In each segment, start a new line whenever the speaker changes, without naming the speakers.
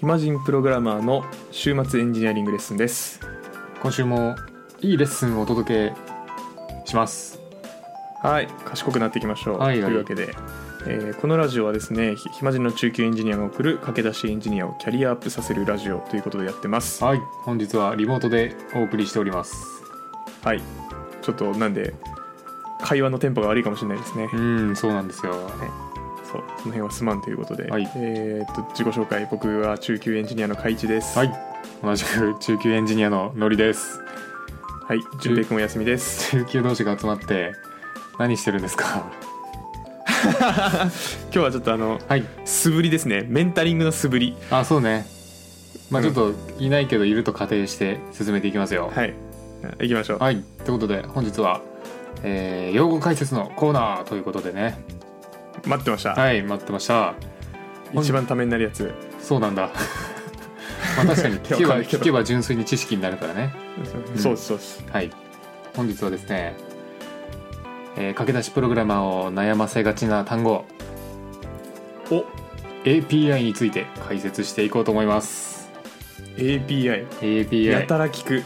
イマジンプログラマーの週末エンジニアリングレッスンです
今週もいいレッスンをお届けします
はい賢くなっていきましょう、
はいは
と
い
いうわけで、えーこのラジオはですねひ暇人の中級エンジニアが送る駆け出しエンジニアをキャリアアップさせるラジオということでやってますは
はい本日はリモートでお送りしております
いちょっとなんで会話のテンポが悪いかもしれないですね、
うんそうなんですよ
そうその辺はすまんということで、
はい
えーっと自己紹介僕は中級エンジニアの海一です
はい同じく中級エンジニアののりです
はい淳平君お休みです
中級同士が集まって何してるんですか
今日はちょっとあの
はい
素振りですねメンタリングの素振り
あそうねまあ
う
ちょ
ん
っといないけどいると仮定して進めていきますよ
はい行きましょう
はいということで本日は、えー用語解説のコーナーということでね
待ってました、
はい待ってました
一番ためになるやつ
そうなんだ まあ確 かに聞け
いやわかんな
ば
いけど
聞けば純粋に知識になるからねん
そうですそうです
はい本日はですね、えー駆け出しプログラマーを悩ませがちな単語
お
API について解説していこうと思います
API
API
やたら聞く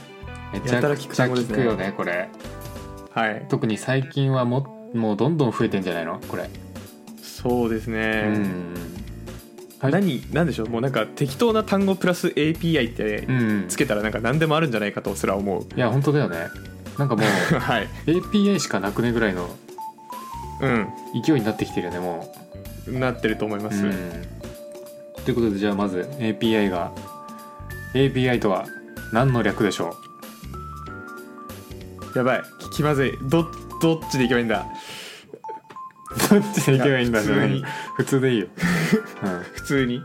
めちゃ
やたら
く
聞く
ちゃ
単語です
聞
ね
くよねこれ
はい
特に最近はももうどんどん増えてんじゃないのこれ、
そうです
う
ね、
んはい
何なんでしょうもうなんか適当な単語プラス API って
うん
つけたらなんか何でもあるんじゃないかとすら思う、
いや本当だよねなんかもう
はい
API しかなくねぐらいの
う
勢いになってきてるよねもう
うんなってると思います、
うんということでじゃあまず API が API とは何の略でしょ
やばい聞きまずいどどっちでいけばいいんだ
う どっちでいけばいいんだ
い
じ
や
ゃな
普通に
い普通でいいよ、うん、は
普通に、
い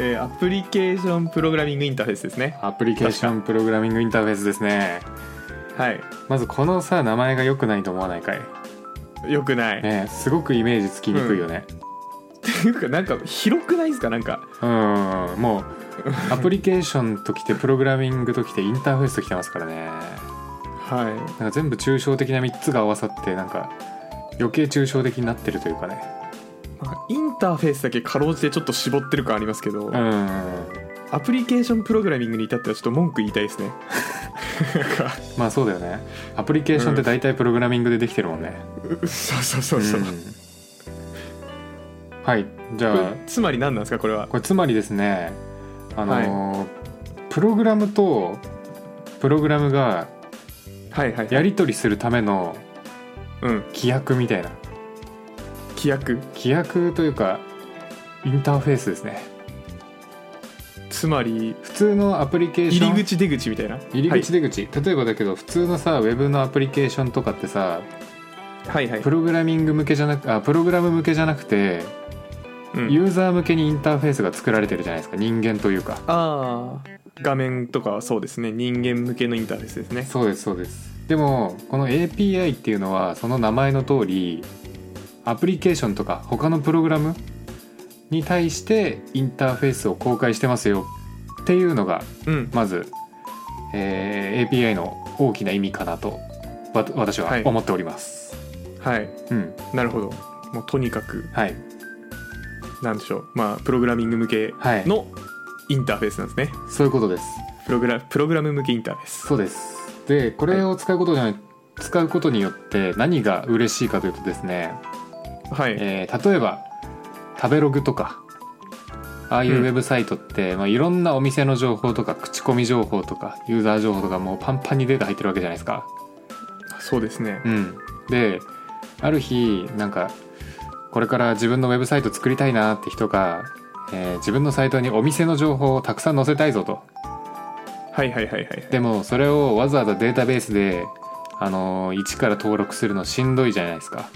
えーアプリケーションプログラミングインターフェースですね
アプリケーションプログラミングインターフェースですね
はい
まずこのさ名前が良くないと思わないかい
よくない、
ねすごくイメージつきにくいよね
っていうか なんか広くないですかなんか
うんもう アプリケーションときてプログラミングときてインターフェースときてますからね
はい
なんか全部抽象的な3つが合わさってなんか余計抽象的になってるというかね
まあインターフェースだけかろうじてちょっと絞ってる感ありますけど、
うん
アプリケーションプログラミングに至ってはちょっと文句言いたいですね
まあそうだよねアプリケーションって大体プログラミングでできてるもんね、
うそうそうそうそう、こ
うんはいじゃあ
れつまり何なんですかこれは
これつまりですねあのープログラムとプログラムが
はいはい
やり取りするための
うん
規約みたいな
規約
規約というかインターフェースですね
つまり
普通のアプリケーション
入り口出口みたいな
入り口出口、例えばだけど普通のさウェブのアプリケーションとかって
は
さ
いはい、はい
プログラミング向けじゃなくあプログラム向けじゃなくて
うん、
ユーザー向けにインターフェースが作られてるじゃないですか人間というか
あー画面とかはそうですね人間向けのインターフェースですね
そうですそうですでもこの API っていうのはその名前の通りアプリケーションとか他のプログラムに対してインターフェースを公開してますよっていうのが
うん
まず、えー API の大きな意味かなとわ私は
はい
思っております、
はい
うん
なるほどもうとにかく
はい
なんでしょうまあプログラミング向け
はい
のインターフェースなんですね
そういうことです
プログラプログラム向けインターフェース
そうですでこれを使うことじゃない、使うことによって何が嬉しいかというとですね
はい
えー例えば食べログとかああいう
う
ウ
ん
ェブサイトって、まあ、いろんなお店の情報とか口コミ情報とかユーザー情報とかもうパンパンにデータ入ってるわけじゃないですか。
そうですね
うん、である日なんかこれから自分のウェブサイト作りたいなって人が、えー自分のサイトにお店の情報をたくさん載せたいぞと。
はいはいはいはい
でもそれをわざわざデータベースで、あのー一から登録するのしんどいじゃないですか。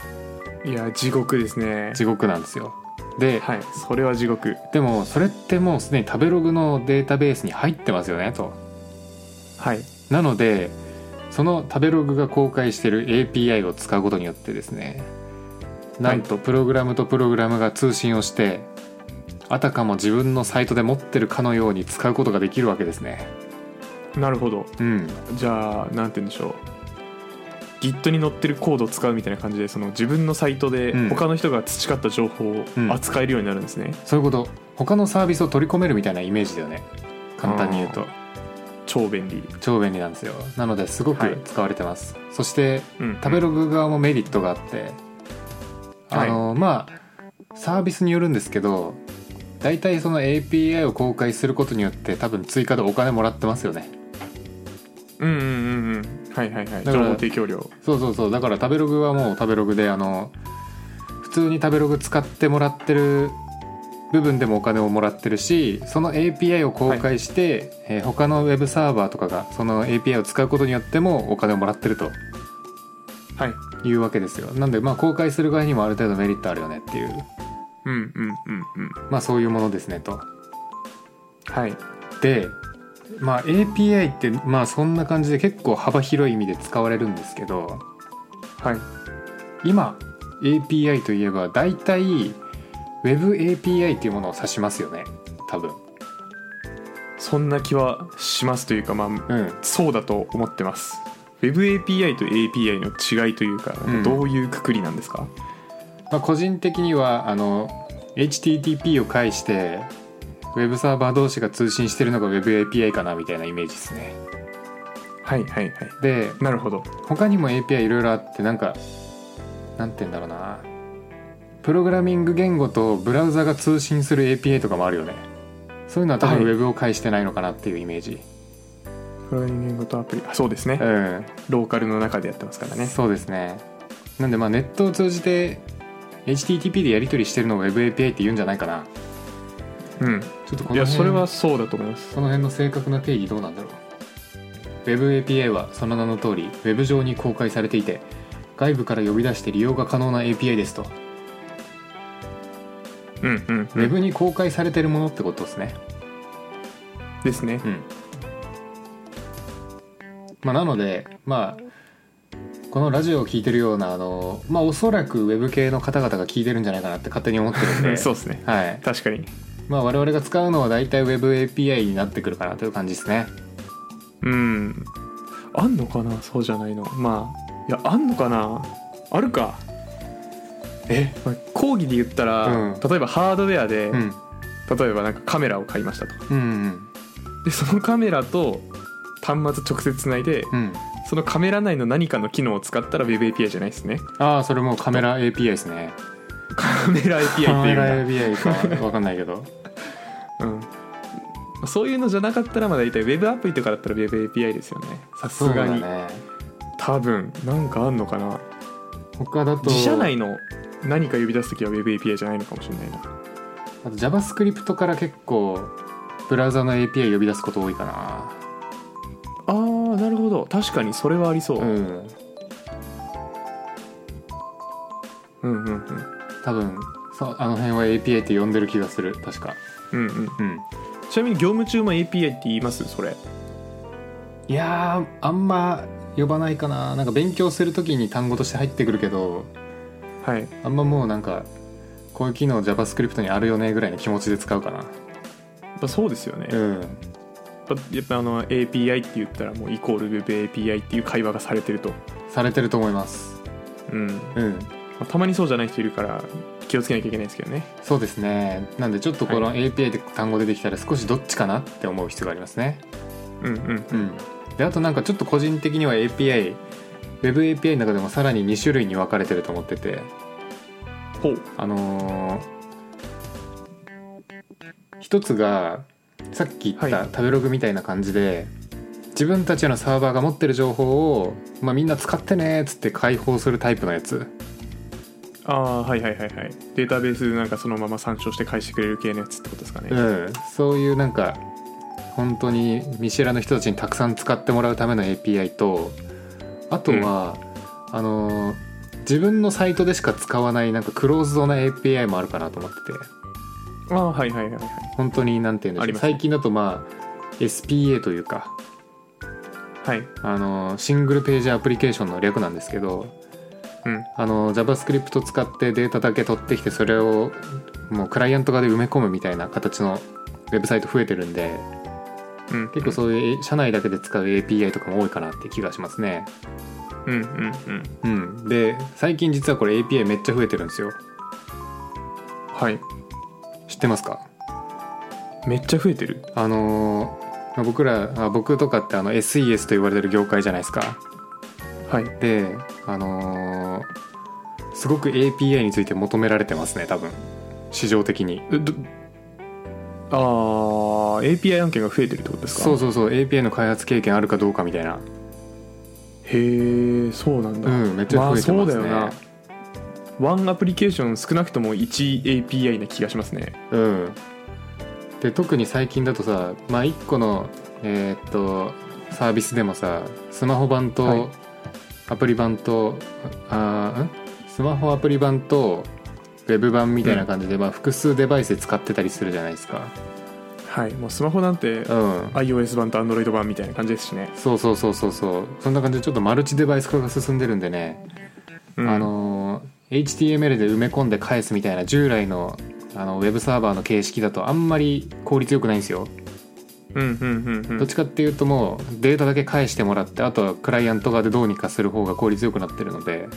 いや地獄ですね
地獄なんですよ。で、
はいそれは地獄
でもそれってもうすでに食べログのデータベースに入ってますよねと
はい
なのでその食べログが公開してる API を使うことによってですねなんとプログラムとプログラムが通信をしてあたかも自分のサイトで持ってるかのように使うことができるわけですね
なるほど
うん
じゃあなんて言うんでしょう Git に載ってるコードを使うみたいな感じでその自分のサイトで
うん
他の人が培った情報を扱えるようになるんですね、
そういうこと他のサービスを取り込めるみたいなイメージだよね簡単に言うと
超便利、
超便利なんですよなのですご
はい
く使われてます、そして
うん
食べログ側もメリットがあって、
は
あ
い
のまあサービスによるんですけど大体その API を公開することによって多分追加でお金もらってますよね
うんうんうんうんはいはいはい
だ
情
から
報提供料
そうそうそうだから食べログはもう食べログであの普通に食べログ使ってもらってる部分でもお金をもらってるしその API を公開して、えー他のウェブサーバーとかがその API を使うことによってもお金をもらってると
はい
いうわけですよなんでまあ公開する側にもある程度メリットあるよねっていう
うんうんうんうん
まあそういうものですねと
はい
でまあ API ってまあそんな感じで結構幅広い意味で使われるんですけど
はい
今 API といえば大体 WebAPI っていうものを指しますよね多分
そんな気はしますというかまあ
うん
そうだと思ってます WebAPI と API の違いというか、
うん
どういうくくりなんですか
まあ、個人的にはあの HTTP を介してウェブサーバー同士が通信してるのが WebAPI かなみたいなイメージですね
はいはいはい
で
なるほど
他にも API いろいろあってなんかなんて言うんだろうなプログラミング言語とブラウザが通信する API とかもあるよねそういうのは多分
はい
Web を介してないのかなっていうイメージ、
プログラミングとアプリあそうですね、
うん
ローカルの中でやってますからね
そうですねなんでまあネットを通じて HTTP でやり取りしてるのを WebAPI って言うんじゃないかな
うん
ちょっとこ
い
の
やそれ
辺
はそうだと思います
この辺の正確な定義どうなんだろう WebAPI はその名の通り Web 上に公開されていて外部から呼び出して利用が可能な API ですと、
うんうん、うん
Web に公開されてるものってことですね
ですね
うんまあなのでまあこのラジオを聞いてるようなあのまあおそらく Web 系の方々が聞いてるんじゃないかなって勝手に思ってるんで
そうですね
はい
確かに
まあ我々が使うのは大体 WebAPI になってくるかなという感じですね
うんあんのかなそうじゃないのまあいやあんのかなあるかえ、まあ、講義で言ったら、
うん
例えばハードウェアで、
うん
例えばなんかカメラを買いましたと
うん
でそのカメラと端末直接つないで、
うんうん
そのカメラ内の何かの機能を使ったら WebAPI じゃないですね
ああそれもうカメラ API ですね
カメラ API ってい
カメ
うんだ
ラ API か分かんないけど
うん、そういうのじゃなかったらまあ大体 Web アプリとかだったら WebAPI ですよね さす
そう
が
だ
に、
ね
多分なんかあんのかな
他だと
自社内の何か呼び出す時は WebAPI じゃないのかもしれないな
あと JavaScript から結構ブラウザの API 呼び出すこと多いかな
あーなるほど確かにそれはありそう、う、
うんん
うんうん
多分そうあの辺は API って呼んでる気がする確か
うんうん
うん
ちなみに業務中も API って言いますそれ
いやーあんま呼ばないかななんか勉強するときに単語として入ってくるけど
はい
あんまもうなんかこういう機能 JavaScript にあるよねぐらいの気持ちで使うかな
やっぱそうですよね、やっ
うん
ぱやっぱあの API って言ったらもうイコール WebAPI っていう会話がされてると、
されてると思います
うん
うん
まあたまにそうじゃない人いるから気をつけなきゃいけないですけどね
そうですねなんでちょっとこの
は
API って単語出てきたら少しどっちかなって思う必要がありますね
うんうん
うんであとなんかちょっと個人的には API WebAPI の中でもさらに2種類に分かれてると思ってて
ほう
あのー一つがさっき言っ
はい
た食べログみたいな感じで、自分たちのサーバーが持ってる情報を、まあ、みんな使ってねーっつって開放するタイプのやつ
ああはいはいはいはいデータベースなんかそのまま参照して返してくれる系のやつってことですかね、
うん、そういうなんか本当に見知らぬ人たちにたくさん使ってもらうための API とあとは、あのー自分のサイトでしか使わないなんかクローズドな API もあるかなと思ってて
ああはいはいはいはい
本当になんていうんで
あ
し
り
ょう、
ますね
最近だとまあ SPA というか、
はい
あのーシングルページアプリケーションの略なんですけど、
うん
あのー JavaScript を使ってデータだけ取ってきてそれをもうクライアント側で埋め込むみたいな形のウェブサイト増えてるんで。
うん
結構そういう社内だけで使う API とかも多いかなって気がしますね。
うんうんうん
うん、で最近実はこれ API めっちゃ増えてるんですよ
はい
知ってますか
めっちゃ増えてる
あのーまあ僕らあ僕とかってあの SES と言われてる業界じゃないですか
はい
であのーすごく API について求められてますね多分市場的に
えどあー API 案件が増えてるってことですか
そうそうそう API の開発経験あるかどうかみたいな
へえそうなんだ、
うんめっちゃ増えてますね、
まあワンアプリケーション少なくとも 1API な気がしますね
うんで特に最近だとさまあ1個のえーっとサービスでもさスマホ版と、
はい
アプリ版とあーんスマホアプリ版とウェブ版みたいな感じで、まあ、複数デバイスで使ってたりするじゃないですか
はいもうスマホなんて
うん
iOS 版と Android 版みたいな感じですしね、
そうそうそうそうそうそんな感じでちょっとマルチデバイス化が進んでるんでね
うん
あのー HTML で埋め込んで返すみたいな従来のあのウェブサーバーの形式だとあんまり効率よくないんですよ、
うんうんうんうん
どっちかっていうともうデータだけ返してもらってあとはクライアント側でどうにかする方が効率よくなってるので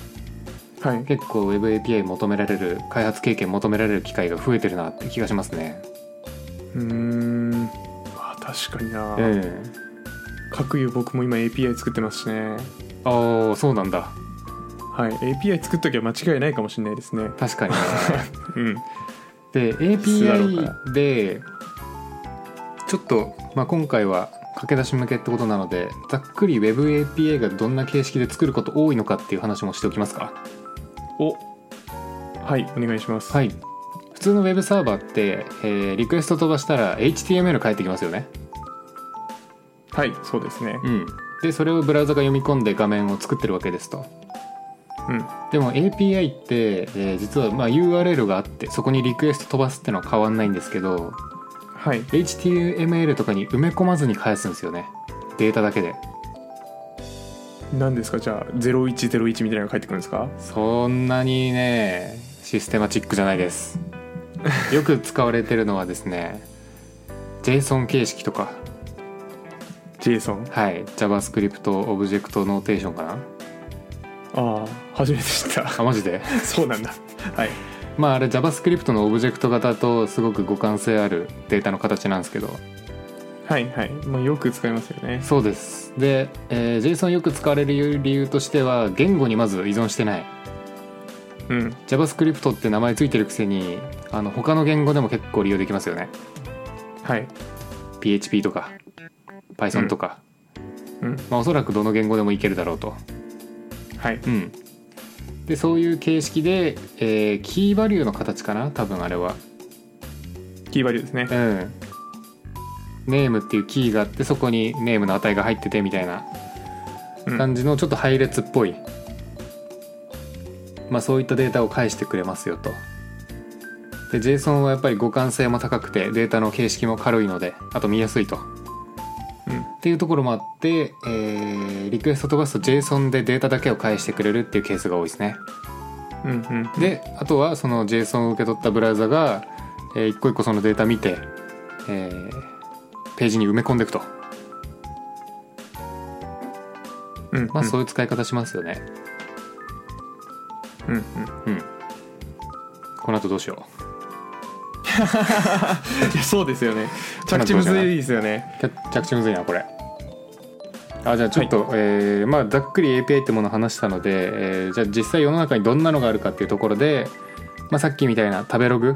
はい
結構 WebAPI 求められる開発経験求められる機会が増えてるなって気がしますね
うーんあ確かにな、
ええ
各有僕も今 API 作ってますしね
ああそうなんだ
はい API 作っときゃ間違いないかもしれないですね
確かにね
うん
で
スワローか
API でちょっと、まあ、今回は駆け出し向けってことなのでざっくり WebAPI がどんな形式で作ること多いのかっていう話もしておきますか
おはいお願いします
はい普通の Web サーバーって、えーリクエスト飛ばしたら HTML 返ってきますよね
はい、そうですね
うんでそれをブラウザが読み込んで画面を作ってるわけですと
うん
でも API って、えー実はまあ URL があってそこにリクエスト飛ばすってのは変わんないんですけど
はい
HTML とかに埋め込まずに返すんですよねデータだけで
何ですかじゃあ0101みたいなのが返ってくるんですか
そんなにねシステマチックじゃないです よく使われてるのはですね JSON 形式とか
JSON
はい JavaScript オブジェクトノーテーションかな
ああ初めて知った
あマジで
そうなんだはい
まああれ JavaScript のオブジェクト型とすごく互換性あるデータの形なんですけど
はいはいもうよく使いますよね
そうですで、えー JSON よく使われる理由としては言語にまず依存してない
うん
JavaScript って名前ついてるくせにあの他の言語でも結構利用できますよね
はい
PHP とか Python とか、
うん
まあ、おそらくどの言語でもいけるだろうと、
はい
うん、でそういう形式で、えーキーバリューの形かな多分あれは、
キーバリューですね
うん、ネームっていうキーがあってそこにネームの値が入っててみたいな
うん
感じのちょっと配列っぽい、まあ、そういったデータを返してくれますよとで JSON はやっぱり互換性も高くてデータの形式も軽いのであと見やすいと
うん
っていうところもあって、えーリクエスト飛ばすと JSON でデータだけを返してくれるっていうケースが多いですね
うんうん
であとはその JSON を受け取ったブラウザが、えー一個一個そのデータ見て、えーページに埋め込んでいくと、
うん
まあ、そういう使い方しますよね
うんうん
うんこの後どうしよ
いやそうですよね着地むずいですよね
う着着地むずいなこれあじゃあちょっと、えーまあ、ざっくり API ってものを話したので、えーじゃあ実際世の中にどんなのがあるかっていうところで、まあ、さっきみたいな食べログ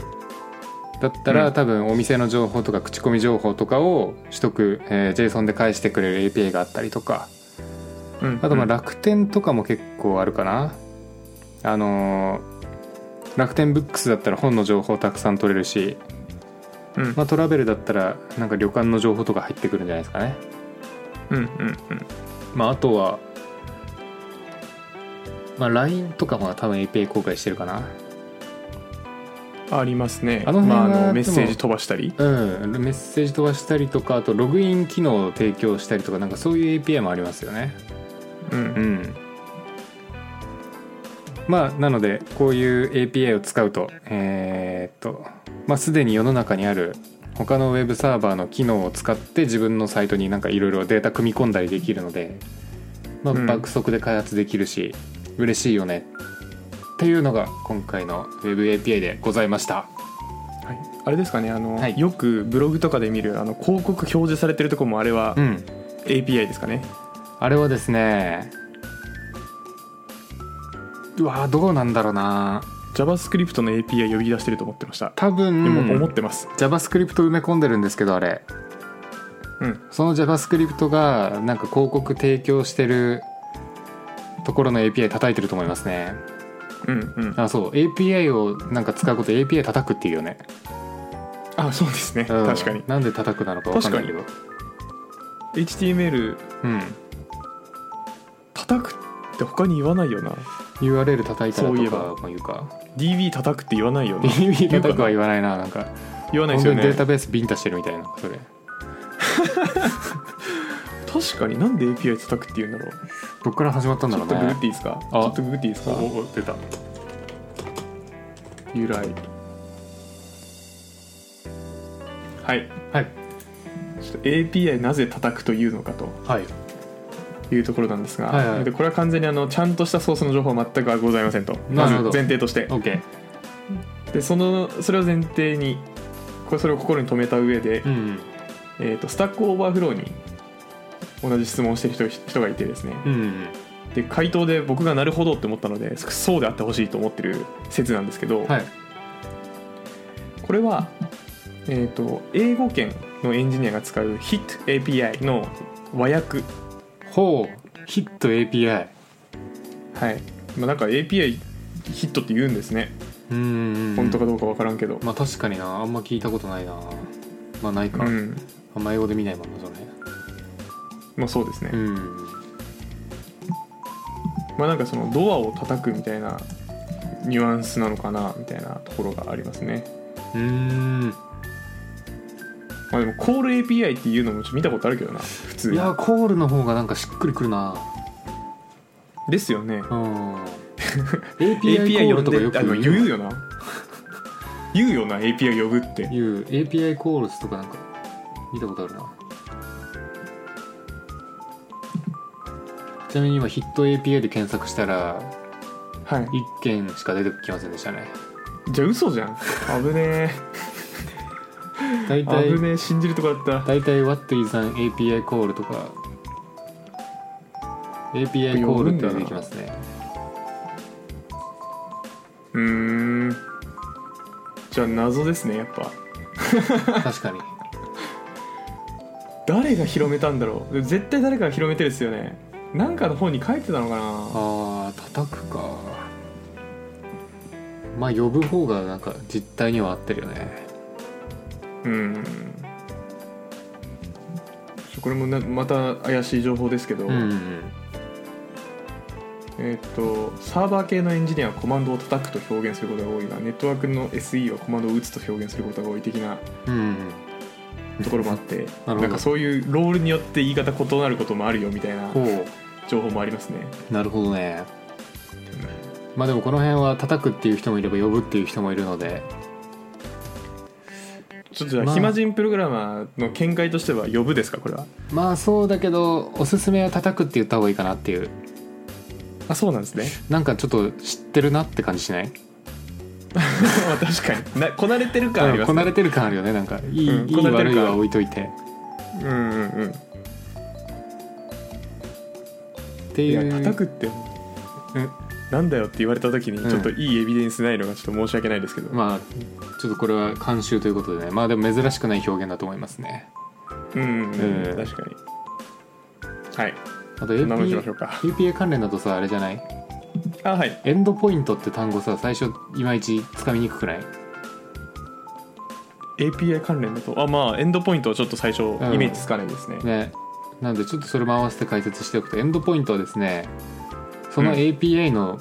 だったら、
うん
多分お店の情報とか口コミ情報とかを取得、えー JSON で返してくれる API があったりとか
うん
あとまあ
うん
楽天とかも結構あるかな、あのー楽天ブックスだったら本の情報たくさん取れるし、
うん
まあ、トラベルだったらなんか旅館の情報とか入ってくるんじゃないですかね、
うんうん
まあ、あとは、まあ、LINE とかも多分 API 公開してるかな
ありますね
あの辺
まあ、あ
はでも
のメッセージ飛ばしたり
うんメッセージ飛ばしたりとかあとログイン機能を提供したりとかなんかそういう API もありますよね
う
うんんまあなのでこういう API を使うとえーっとまあすでに世の中にある他のウェブサーバーの機能を使って自分のサイトになんかいろいろデータ組み込んだりできるので、ままあ、
うん
爆速で開発できるし、嬉しいよねっていうのが今回の WebAPI でございました
はい、あれですかねあの、
はい
よくブログとかで見るあの広告表示されてるとこもあれは
うん
API ですかね、
あれはですねうわーどうなんだろうな
JavaScript の API 呼び出してると思ってました、
多分
でも思ってます、
JavaScript 埋め込んでるんですけどあれ
うん
その JavaScript がなんか広告提供してるところの API 叩いてると思いますね
うんうん
あそう API をなんか使うこと API 叩くっていうよね、
あそうですね、
うん
確かに
なんで叩くなのか分かんないけど
HTML
うん
叩くって他に言わないよな
URL 叩いたら
そういえ
と
ば
かも言うか
DB 叩くって言わないよな
DB 叩くは言わないななんか
言わないで
本
す
当
よ
にデ
ね
ータベースビンタしてるみたいなそれ
確かになんで API 叩くって言うんだろう
どっから始まったん
ち
だ
ょ
ろう
っとググ
ね
っていいですかち
あ
ょっとググっていいですか
お出た
由来はい
はい
ちょっと API なぜ叩くというのかと
はい
いうところなんですが、
はいはい
でこれは完全にあのちゃんとしたソースの情報は全くはございませんとま
な
ず
るほど
前提として
OK
でそのそれを前提にこれそれを心に留めた上で、
うん
えー、とスタックオーバーフローに同じ質問をしてる人人がいてですね
うんうん
で回答で僕がなるほどって思ったのでそうであってほしいと思ってる説なんですけど、
はい
これは、えー、と英語圏のエンジニアが使う HitAPI の和訳
ほうヒット API
はい、まあ、なんか API ヒットって言うんですね
うーん
本当かどうか分からんけど、
まあ確かになあんま聞いたことないなまあないか、
うん
あんま英語で見ないもんなそれ
まあそうですね、
うん
まあなんかそのドアを叩くみたいなニュアンスなのかなみたいなところがありますね
うーん
まあでもコール API っていうのもちょっと見たことあるけどな普通
い
に
やコールの方がなんかしっくりくるな
ですよね
うん API コールとかよ
あでも
く
言う
言う
よな 言うよな API 呼ぶって
言う API コールスとかなんか見たことあるなちなみに今ヒット API で検索したら
はい
1件しか出てきませんでしたね
じゃあ嘘じゃん危ね
大体
え 危ねえ信じるとこだった
大体 What is an API call とか API コールってできますね
うーんじゃあ謎ですねやっぱ
確かに
誰が広めたんだろうでも絶対誰かが広めてるですよねなんかの本に書いてたのかな
ああ叩くかまあ呼ぶ方がなんか実態には合ってるよね
うんちょこれもなまた怪しい情報ですけど、
うんうんうん
えーっとサーバー系のエンジニアはコマンドを叩くと表現することが多いがネットワークの SE はコマンドを打つと表現することが多い的な
うんうん
ところもあって
なるほど
んかそういうロールによって言い方異なることもあるよみたいな
うんほ
情報もありますね
うなるほどねまあでもこの辺は叩くっていう人もいれば呼ぶっていう人もいるので
ちょっとじゃあ、
まあ
暇人プログラマーの見解としては呼ぶですかこれは
まあそうだけどおすすめは叩くって言った方がいいかなっていう
あそうなんですね
なんかちょっと知ってるなって感じしない
まあ 確かになこなれてる感あり
うん
ます
こ
ね
なれてる感あるよねなんかいい,、
うん
い
こ
い
なれてる
悪い
感
は置いといて
うんうんうん
って
い
い
や
う
叩くってなんだよって言われた時にちょっといいエビデンスないのがちょっと申し訳ないですけど、
まあちょっとこれは慣習ということでねまあでも珍しくない表現だと思いますね
うんうんうん、
うん
確かにはい
あと
こんなもんにしましょ
APA,
うか
APA 関連だとさあれじゃない
あはい
エンドポイントって単語さ最初いまいちつかみにくくない
API 関連だとあまあエンドポイントはちょっと最初
ん
イメージつかないですね、
ねなんでちょっとそれも合わせて解説しておくとエンドポイントはですねその
うん
APA の、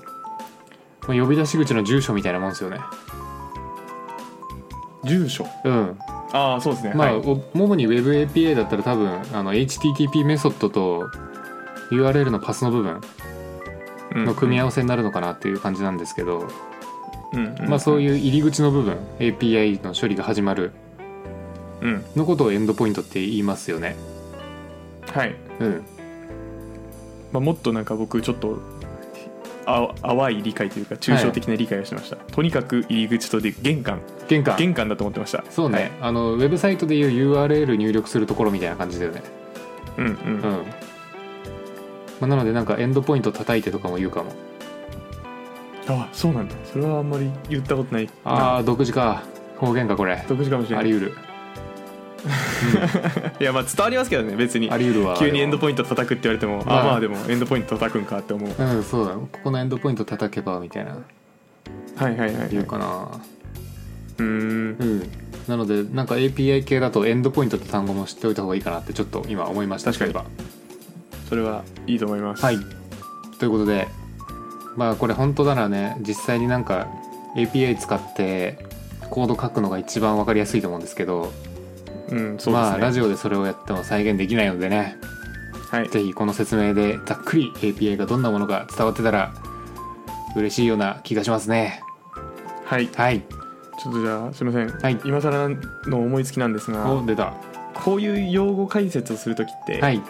まあ呼び出し口の住所みたいなもんですよね
住所
うん
ああそうですね、
まあ、
はい、
お主に WebAPI だったら多分あの HTTP メソッドと URL のパスの部分の組み合
わ
わせになるのかなっていう感じなんですけど、
せ、うん、
まあ、そういうう入り口の部分 API の処理が始まる
うん、
のことをエンドポイントって言いますよね。
はい
うん、
まあ、もっとなんか僕ちょっとあ淡い理解というか抽象的な理解をしてました、とにかく入り口とで玄関
玄関
玄関だと思ってました
そうね、
はい
あのウェブサイトでいう URL 入力するところみたいな感じだよね
うんうん、
うん、まあ、なのでなんかエンドポイント叩いてとかも言うかも
あそうなんだそれはあんまり言ったことない
あ
あ
あ独自か方言かこれ
独自かもしれ
あ
ない
り
い
得る、
やまあ伝わりますけどね別
う
に
ん、あり得るわ
急にエンド
イ
ポイント叩くって言われても、
まあ
あまあでもエンドポイント叩くんかって思う
ントうんそうだここのエンドポイント叩けばみたいな
はいはいはい、はい、
言う
う
かな、
ーん
うんなのでなんか API 系だとエンドポイントって単語も知っておいた方がいいかなってちょっと今思いました
確かに
そういえば
それはいいと思います
はい。ということで、まあこれ本当ならね、実際になんか API 使ってコード書くのが一番わかりやすいと思うんですけど、
うんそうですね、
まあラジオでそれをやっても再現できないのでね、
はい
ぜひこの説明でざっくり API がどんなものか伝わってたら嬉しいような気がしますね。
はい
はい。
ちょっとじゃあすいません、
はい
今更の思いつきなんです
お、
が
出た。
こういう用語解説をする時って、
はい。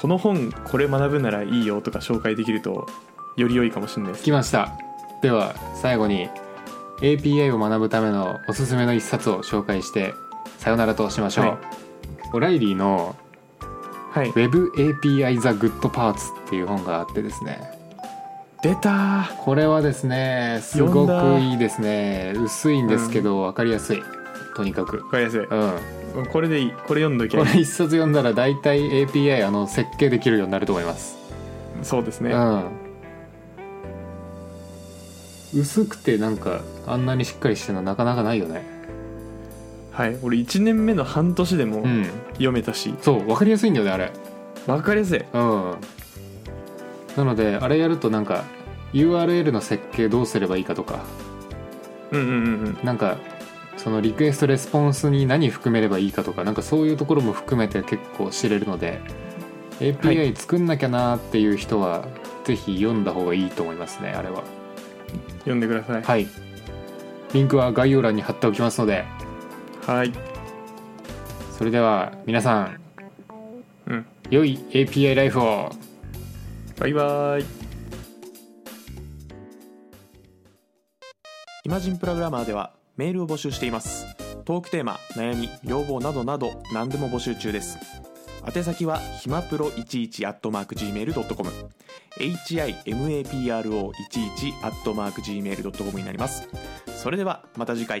この本これ学ぶならいいよとか紹介できるとより良いかもしれないです
来ました。では最後に API を学ぶためのおすすめの一冊を紹介してさよならとしましょう。
はい
オライリーの
はい
Web API The Good Parts っていう本があってですね
出たー
これはですねすごく
読んだ
いいですね薄いんですけど分かりやすいとにかく
わかりやすい
うん
これでいいこれ読んどき
こ
ゃい
れ一冊読んだら大体 API あの設計できるようになると思います
いそうですね、
うん薄くてなんかあんなにしっかりしてるのなかなかないよね
はい俺1年目の半年でも
うん
読めたし
そう分かりやすいんだよねあれ
わかりやすい
うんなのであれやるとなんか URL の設計どうすればいいかとか
うんうんうんうん
なんかそのリクエストレスポンスに何含めればいいかとかなんかそういうところも含めて結構知れるので
はい
API 作んなきゃなーっていう人は、ぜひ読んだ方がいいと思いますねあれは
読んでください
はいリンクは概要欄に貼っておきますので
はい、
それでは皆さん
うん、
良い API ライフを
バイバイイマジンプログラマーではメールを募集していますトークテーマ悩み要望などなど何でも募集中です宛先はひまプロ11 at mark gmail.com himapro11 at mark gmail.com になりますそれではまた次回